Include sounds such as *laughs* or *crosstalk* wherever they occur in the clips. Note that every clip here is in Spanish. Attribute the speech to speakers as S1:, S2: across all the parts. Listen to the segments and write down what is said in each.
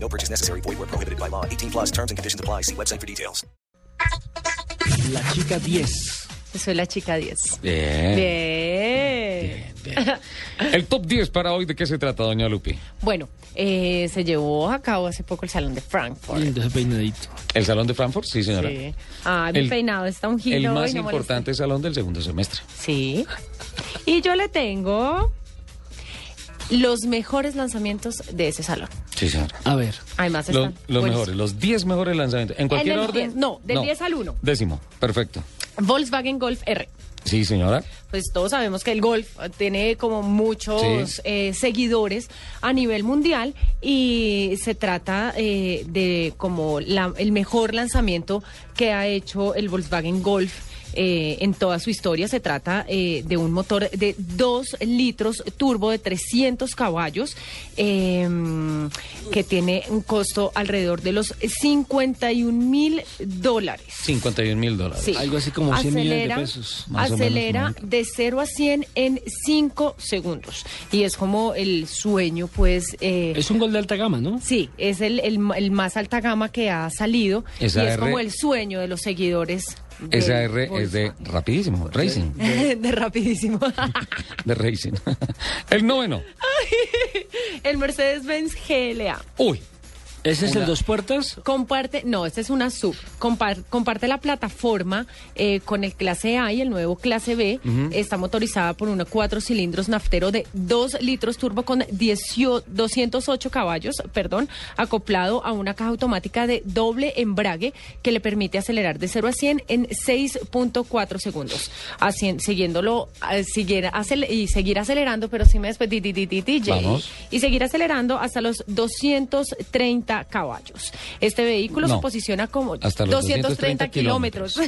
S1: No purchase necessary. Void where prohibited by law. 18 plus terms and conditions apply. See website for details.
S2: La chica 10.
S3: Soy la chica 10.
S4: Bien.
S3: Bien.
S4: El top 10 para hoy, ¿de qué se trata, doña Lupi?
S3: Bueno, eh, se llevó a cabo hace poco el Salón de Frankfurt.
S2: Lindo ese peinadito.
S4: ¿El Salón de Frankfurt? Sí, señora.
S3: Sí. Ah, mi
S4: El-
S3: peinado está un giro.
S4: El más
S3: y no molesta.
S4: importante salón del segundo semestre.
S3: Sí. Y yo le tengo los mejores lanzamientos de ese salón.
S4: Sí, señora.
S2: A ver.
S3: Además
S4: Los,
S3: están
S4: los
S3: buenos.
S4: mejores, los 10 mejores lanzamientos. ¿En cualquier
S3: En el
S4: orden?
S3: 10, no, del 10 al 1.
S4: Décimo, perfecto.
S3: Volkswagen Golf R.
S4: Sí, señora.
S3: Pues todos sabemos que el golf eh, tiene como muchos
S4: Sí.
S3: eh, seguidores a nivel mundial y se trata eh, de como la- el mejor lanzamiento que ha hecho el Volkswagen Golf. eh, en toda su historia se trata eh, de un motor de 2 litros turbo de 300 caballos eh, que tiene un costo alrededor de los 51 mil dólares.
S4: 51 mil dólares.
S3: Sí.
S2: Algo así como 100 millones de pesos,
S4: más o menos,
S3: acelera
S4: ¿no?
S3: de 0 a 100 en 5 segundos. Y es como el sueño, pues... eh,
S2: Es un gol de alta gama, ¿no?
S3: Sí, es el, el, el más alta gama que ha salido
S4: Esa
S3: y es
S4: R-
S3: como el sueño de los seguidores. del
S4: Esa R es de
S3: Volkswagen.
S4: rapidísimo, racing.
S3: *laughs* de rapidísimo.
S4: De racing. *laughs* El noveno.
S3: el Mercedes-Benz GLA.
S4: Uy,
S2: Ese es el dos puertas.
S3: Comparte, no, esta es una sub. Compar- comparte la plataforma eh, con el clase A y el nuevo clase B. Está motorizada por una cuatro cilindros naftero de 2 litros turbo con 18 208 caballos, perdón, acoplado a una caja automática de doble embrague que le permite acelerar de 0 a 100 en 6.4 segundos. Así, siguiéndolo, eh, siguiera acel- y seguir acelerando, pero sí me despedí, di, di, di, DJ
S4: Vamos.
S3: y seguir acelerando hasta los 230 caballos. Este vehículo
S4: No,
S3: se posiciona como
S4: hasta los 230
S3: kilómetros.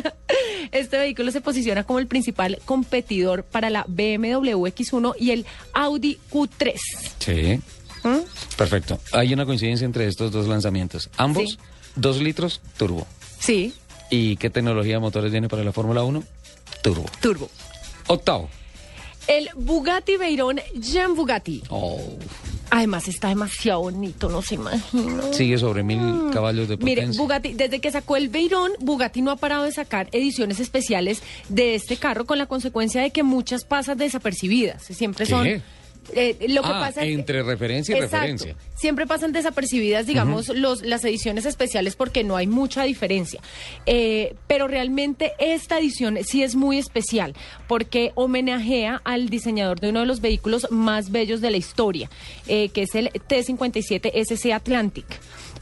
S3: *laughs* este vehículo se posiciona como el principal competidor para la BMW X1 y el Audi Q3.
S4: Sí.
S3: ¿Mm?
S4: Perfecto. Hay una coincidencia entre estos dos lanzamientos. Ambos,
S3: Sí.
S4: 2 litros turbo.
S3: Sí,
S4: ¿Y qué tecnología de motores viene para la Fórmula 1? Turbo.
S3: turbo.
S4: Octavo.
S3: El Bugatti Veyron Jean Bugatti.
S4: Oh.
S3: Además está demasiado bonito, no se imagina.
S4: Sigue sobre mil caballos de potencia.
S3: Mm. Mire, Bugatti, desde que sacó el Veyron, Bugatti no ha parado de sacar ediciones especiales de este carro con la consecuencia de que muchas pasan desapercibidas. Siempre
S4: ¿Qué?
S3: son... eh, lo que
S4: Ah,
S3: pasa es que-
S4: entre referencia y
S3: Exacto.
S4: referencia.
S3: Siempre pasan desapercibidas, digamos, los, las ediciones especiales porque no hay mucha diferencia. Eh, pero realmente esta edición sí es muy especial porque homenajea al diseñador de uno de los vehículos más bellos de la historia, eh, que es el T57 SC Atlantic.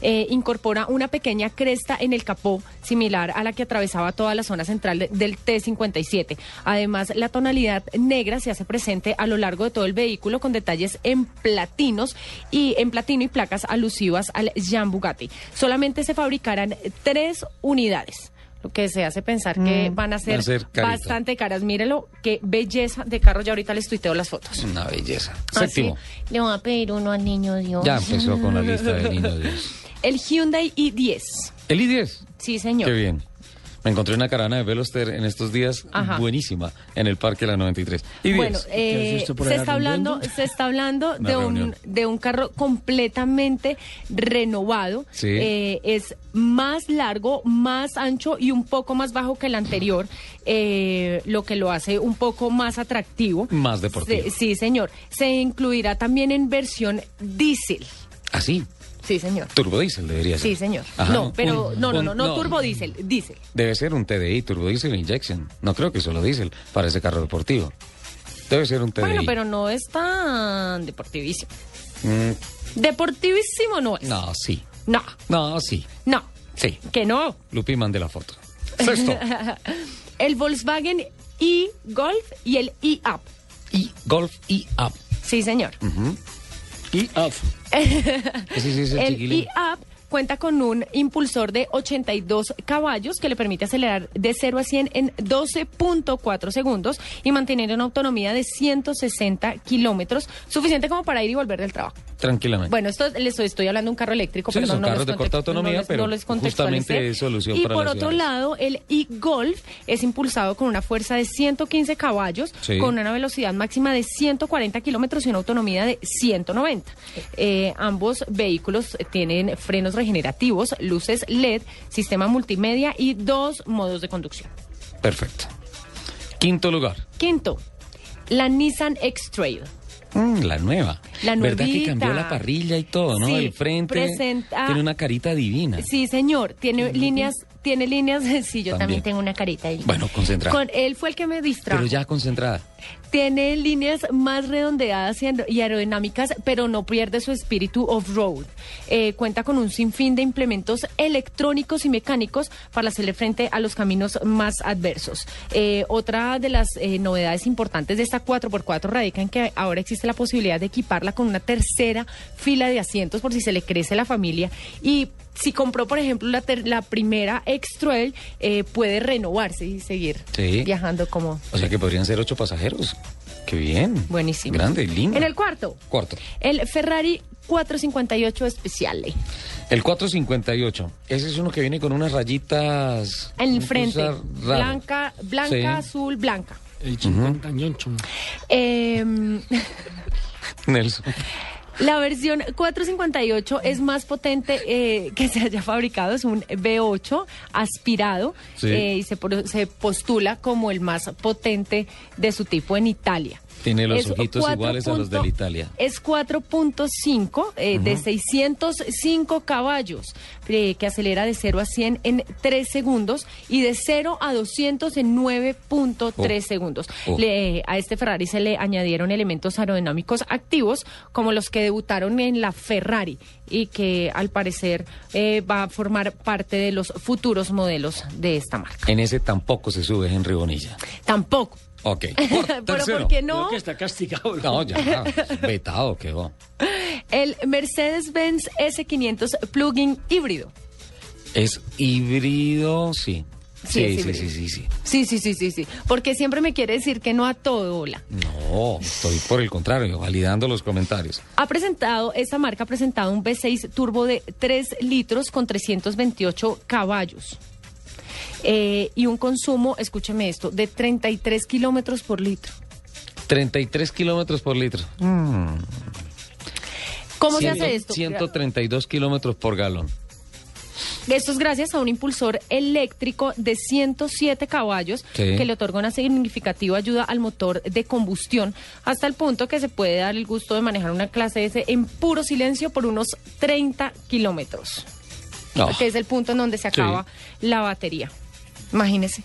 S3: Eh, incorpora una pequeña cresta en el capó similar a la que atravesaba toda la zona central de- del T57. Además, la tonalidad negra se hace presente a lo largo de todo el vehículo con detalles en platinos y en platino y placas alusivas al Jean Bugatti. Solamente se fabricarán tres unidades. Lo que se hace pensar que van a ser,
S4: a ser carito.
S3: bastante caras. Mírelo, qué belleza de carro. Ya ahorita les tuiteo las fotos.
S4: Una belleza.
S3: Así,
S4: Séptimo.
S3: le voy a pedir uno al niño Dios.
S4: Ya empezó con la lista de
S3: *laughs*
S4: niños Dios.
S3: El Hyundai i10.
S4: El I-10.
S3: Sí, señor.
S4: Qué bien. Me encontré una caravana de Veloster en estos días
S3: Ajá.
S4: buenísima en el Parque de la 93. Y
S3: Bueno,
S4: diez.
S3: eh,
S2: ¿Qué has visto por
S3: se
S2: ahí
S3: está
S2: reuniendo?
S3: hablando, se está hablando
S4: Una
S3: de un
S4: reunión.
S3: de un carro completamente renovado.
S4: Sí.
S3: Eh, es más largo, más ancho y un poco más bajo que el anterior, eh, lo que lo hace un poco más atractivo.
S4: Más deportivo.
S3: Sí, sí, señor. Se incluirá también en versión diésel.
S4: Así.
S3: Sí, señor.
S4: Turbodiesel debería ser.
S3: Sí, señor.
S4: Ajá,
S3: no,
S4: un-
S3: pero no, no,
S4: un-
S3: no, no, turbo diésel, diésel.
S4: Debe ser un TDI, turbodiesel injection. No creo que solo diésel para ese carro deportivo. Debe ser un TDI.
S3: Bueno, pero no es tan deportivísimo.
S4: Mm,
S3: Deportivísimo no es.
S4: no, sí.
S3: No,
S4: No, sí.
S3: no.
S4: Sí.
S3: Que no.
S4: Lupi, mande la foto.
S3: *laughs*
S4: Sexto.
S3: El Volkswagen e-Golf y el e-Up.
S4: y Golf y Up.
S3: Sí, señor.
S2: Y off.
S4: Ese sí es el
S3: el
S4: chiquilín.
S3: e-Up cuenta con un impulsor de 82 caballos que le permite acelerar de 0 a 100 en 12.4 segundos y mantener una autonomía de 160 kilómetros, suficiente como para ir y volver del trabajo.
S4: Tranquilamente.
S3: Bueno, esto les estoy hablando de un carro eléctrico,
S4: Sí,
S3: pero
S4: son
S3: no,
S4: carros de
S3: los
S4: corta
S3: context-
S4: autonomía,
S3: no les-
S4: pero
S3: no les contextualicé.
S4: justamente es solución
S3: y
S4: para
S3: por
S4: las
S3: otro
S4: ciudades.
S3: lado, el e-Golf es impulsado con una fuerza de 115 caballos,
S4: Sí.
S3: con una velocidad máxima de 140 kilómetros y una autonomía de 190. Eh, ambos vehículos tienen frenos regenerativos, luces LED, sistema multimedia y dos modos de conducción.
S4: Perfecto. Quinto lugar.
S3: Quinto, la Nissan X-Trail.
S4: Mm, la nueva.
S3: La
S4: ¿Verdad que
S3: nuevita.
S4: cambió la parrilla y todo, no?
S3: Sí,
S4: El frente
S3: presenta-
S4: tiene una carita divina.
S3: Sí, señor, tiene líneas, tiene líneas, *laughs* sí, yo también,
S4: También.
S3: tengo una carita ahí.
S4: Bueno, concentrada.
S3: Con, él fue el que me distrajo.
S4: pero ya concentrada.
S3: Tiene líneas más redondeadas y aer- y aerodinámicas, pero no pierde su espíritu off-road. Eh, cuenta con un sinfín de implementos electrónicos y mecánicos para hacerle frente a los caminos más adversos. Eh, otra de las eh, novedades importantes de esta 4x4 radica en que ahora existe la posibilidad de equiparla con una tercera fila de asientos por si se le crece la familia y si compró, por ejemplo, la, ter- la primera X-Trail, eh, puede renovarse y seguir
S4: Sí.
S3: viajando como
S4: O sea que podrían ser ocho pasajeros. Qué bien.
S3: Buenísimo.
S4: Grande, y lindo.
S3: En el cuarto,
S4: Cuarto.
S3: el Ferrari 458 Speciale.
S4: El 458. Ese es uno que viene con unas rayitas.
S3: En el
S4: un
S3: frente,
S4: pulsar raro.
S3: blanca, blanca,
S4: Sí. *laughs*
S3: azul, blanca.
S2: El chingantañoncho.
S3: Em, *laughs*
S4: Nelson.
S3: la versión 458 es más potente eh, que se haya fabricado, es un V8 aspirado
S4: Sí.
S3: eh, y se, pro- se postula como el más potente de su tipo en Italia.
S4: Tiene los
S3: Es
S4: ojitos
S3: cuatro
S4: iguales a los
S3: punto-
S4: del Italia.
S3: Es 4.5 eh, de 605 caballos, eh, que acelera de 0 a 100 en 3 segundos y de 0 a 200 en 9.3
S4: Oh.
S3: segundos.
S4: Oh.
S3: Le- a este Ferrari se le añadieron elementos aerodinámicos activos, como los que debutaron en la Ferrari y que al parecer eh, va a formar parte de los futuros modelos de esta marca.
S4: En ese tampoco se sube Henry Bonilla.
S3: Tampoco. *laughs*
S4: Ok. Por-
S3: Pero
S4: tercero.
S3: ¿por qué
S2: Creo
S3: no?
S2: que está castigado.
S4: No, ya. Vetado quedó.
S3: El Mercedes-Benz S500 plug-in híbrido.
S4: Es híbrido, sí.
S3: Sí, es
S4: sí,
S3: híbrido.
S4: sí, sí, sí.
S3: Sí, sí, sí, sí, sí. Porque siempre me quiere decir que no a todo, hola.
S4: No, estoy por el contrario, validando los comentarios.
S3: Ha presentado, esta marca ha presentado un V6 turbo de 3 litros con 328 caballos. Eh, y un consumo, escúcheme esto, de 33 kilómetros por litro.
S4: 33 kilómetros por litro.
S3: ¿Cómo
S4: Ciento-
S3: se hace esto?
S4: 132 kilómetros por galón.
S3: Esto es gracias a un impulsor eléctrico de 107 caballos
S4: Sí.
S3: que le otorga una significativa ayuda al motor de combustión, hasta el punto que se puede dar el gusto de manejar una clase S en puro silencio por unos 30 kilómetros,
S4: No,
S3: que es el punto en donde se
S4: Ah. Sí.
S3: acaba la batería. Imagínese.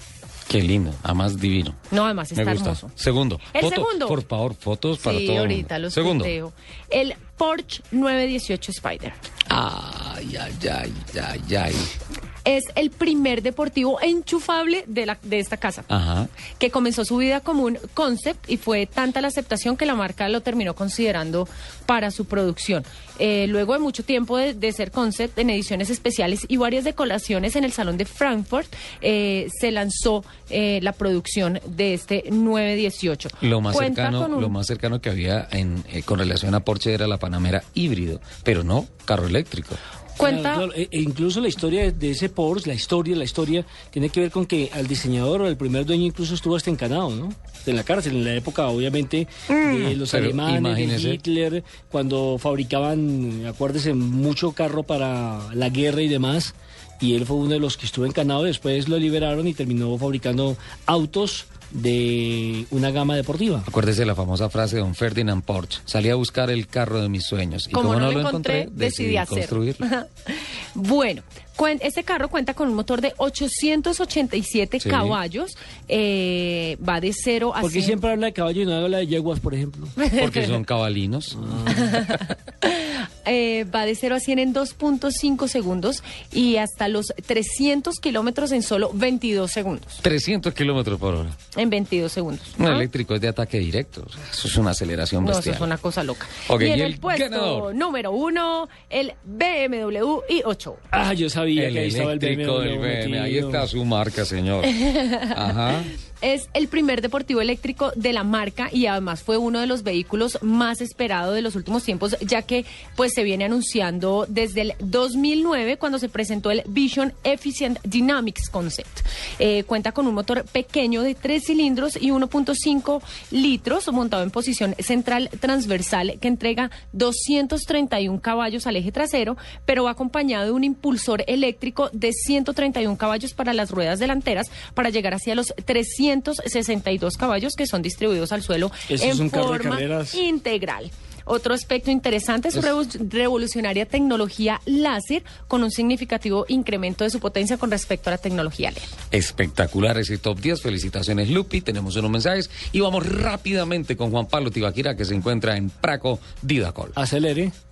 S4: qué lindo, además divino.
S3: No, además
S4: Me
S3: está
S4: gusta.
S3: hermoso.
S4: Segundo.
S3: El
S4: foto,
S3: segundo.
S4: Por favor, fotos para
S3: sí,
S4: todo. el
S3: ahorita
S4: mundo.
S3: los
S4: Segundo.
S3: conteo. El Porsche 918 Spider.
S4: Ay, ay, ay, ay, ay.
S3: Es el primer deportivo enchufable de, la, de esta casa.
S4: Ajá.
S3: que comenzó su vida como un concept y fue tanta la aceptación que la marca lo terminó considerando para su producción. Eh, luego de mucho tiempo de, de ser concept en ediciones especiales y varias decoraciones en el Salón de Frankfurt, eh, se lanzó eh, la producción de este 918.
S4: Lo más,
S3: Cuenta
S4: cercano,
S3: con un-
S4: lo más cercano que había en, eh, con relación a Porsche era la Panamera híbrido, pero no carro eléctrico.
S3: Cuenta...
S2: Claro, claro, e- e incluso la historia de- de ese Porsche, la historia, la historia, tiene que ver con que al diseñador o al primer dueño incluso estuvo hasta encanado, ¿no? En la cárcel, en la época, obviamente, de los
S4: pero
S2: alemanes,
S4: imagínese.
S2: de Hitler, cuando fabricaban, acuérdese, mucho carro para la guerra y demás. Y él fue uno de los que estuvo encanado. Después lo liberaron y terminó fabricando autos de una gama deportiva.
S4: Acuérdese la famosa frase de don Ferdinand Porsche, salí a buscar el carro de mis sueños y como, no, lo encontré, decidí,
S3: hacerlo.
S4: construirlo.
S3: Bueno, cuen- este carro cuenta con un motor de 887
S4: Sí.
S3: caballos, eh, va de 0 a
S2: Porque
S3: 100.
S2: siempre habla de caballo y no habla de yeguas, por ejemplo.
S4: Porque son cabalinos.
S3: *laughs* eh, va de 0 a 100 en 2.5 segundos y hasta los 300 kilómetros en solo 22 segundos.
S4: 300 kilómetros por hora.
S3: En 22 segundos.
S4: Un eléctrico es de ataque directo. o sea, Eso es una aceleración
S3: Ah. No, eso
S4: bestial.
S3: es una cosa loca.
S4: Ok,
S3: y en
S4: y
S3: el,
S4: el
S3: puesto
S4: ganador.
S3: número uno, el BMW i8.
S2: Ah, yo sabía
S4: El
S2: que ahí estaba el
S4: eléctrico
S2: BMW.
S4: del BM. Ahí
S2: metido.
S4: está su marca, señor. Ajá.
S3: Es el primer deportivo eléctrico de la marca y además fue uno de los vehículos más esperados de los últimos tiempos, ya que pues se viene anunciando desde el 2009 cuando se presentó el Vision Efficient Dynamics Concept. Eh, cuenta con un motor pequeño de tres cilindros y 1.5 litros montado en posición central transversal que entrega 231 caballos al eje trasero, pero va acompañado de un impulsor eléctrico de 131 caballos para las ruedas delanteras para llegar hacia los 362 caballos que son distribuidos al suelo
S2: Eso
S3: en
S2: es un carro de
S3: forma
S2: carreras.
S3: integral. Otro aspecto interesante es su revo- revolucionaria tecnología láser con un significativo incremento de su potencia con respecto a la tecnología LED.
S4: Espectacular ese top 10. Felicitaciones, Lupi. Tenemos unos mensajes. Y vamos rápidamente con Juan Pablo Tibaquira, que se encuentra en Praco, Didacol.
S2: Acelere.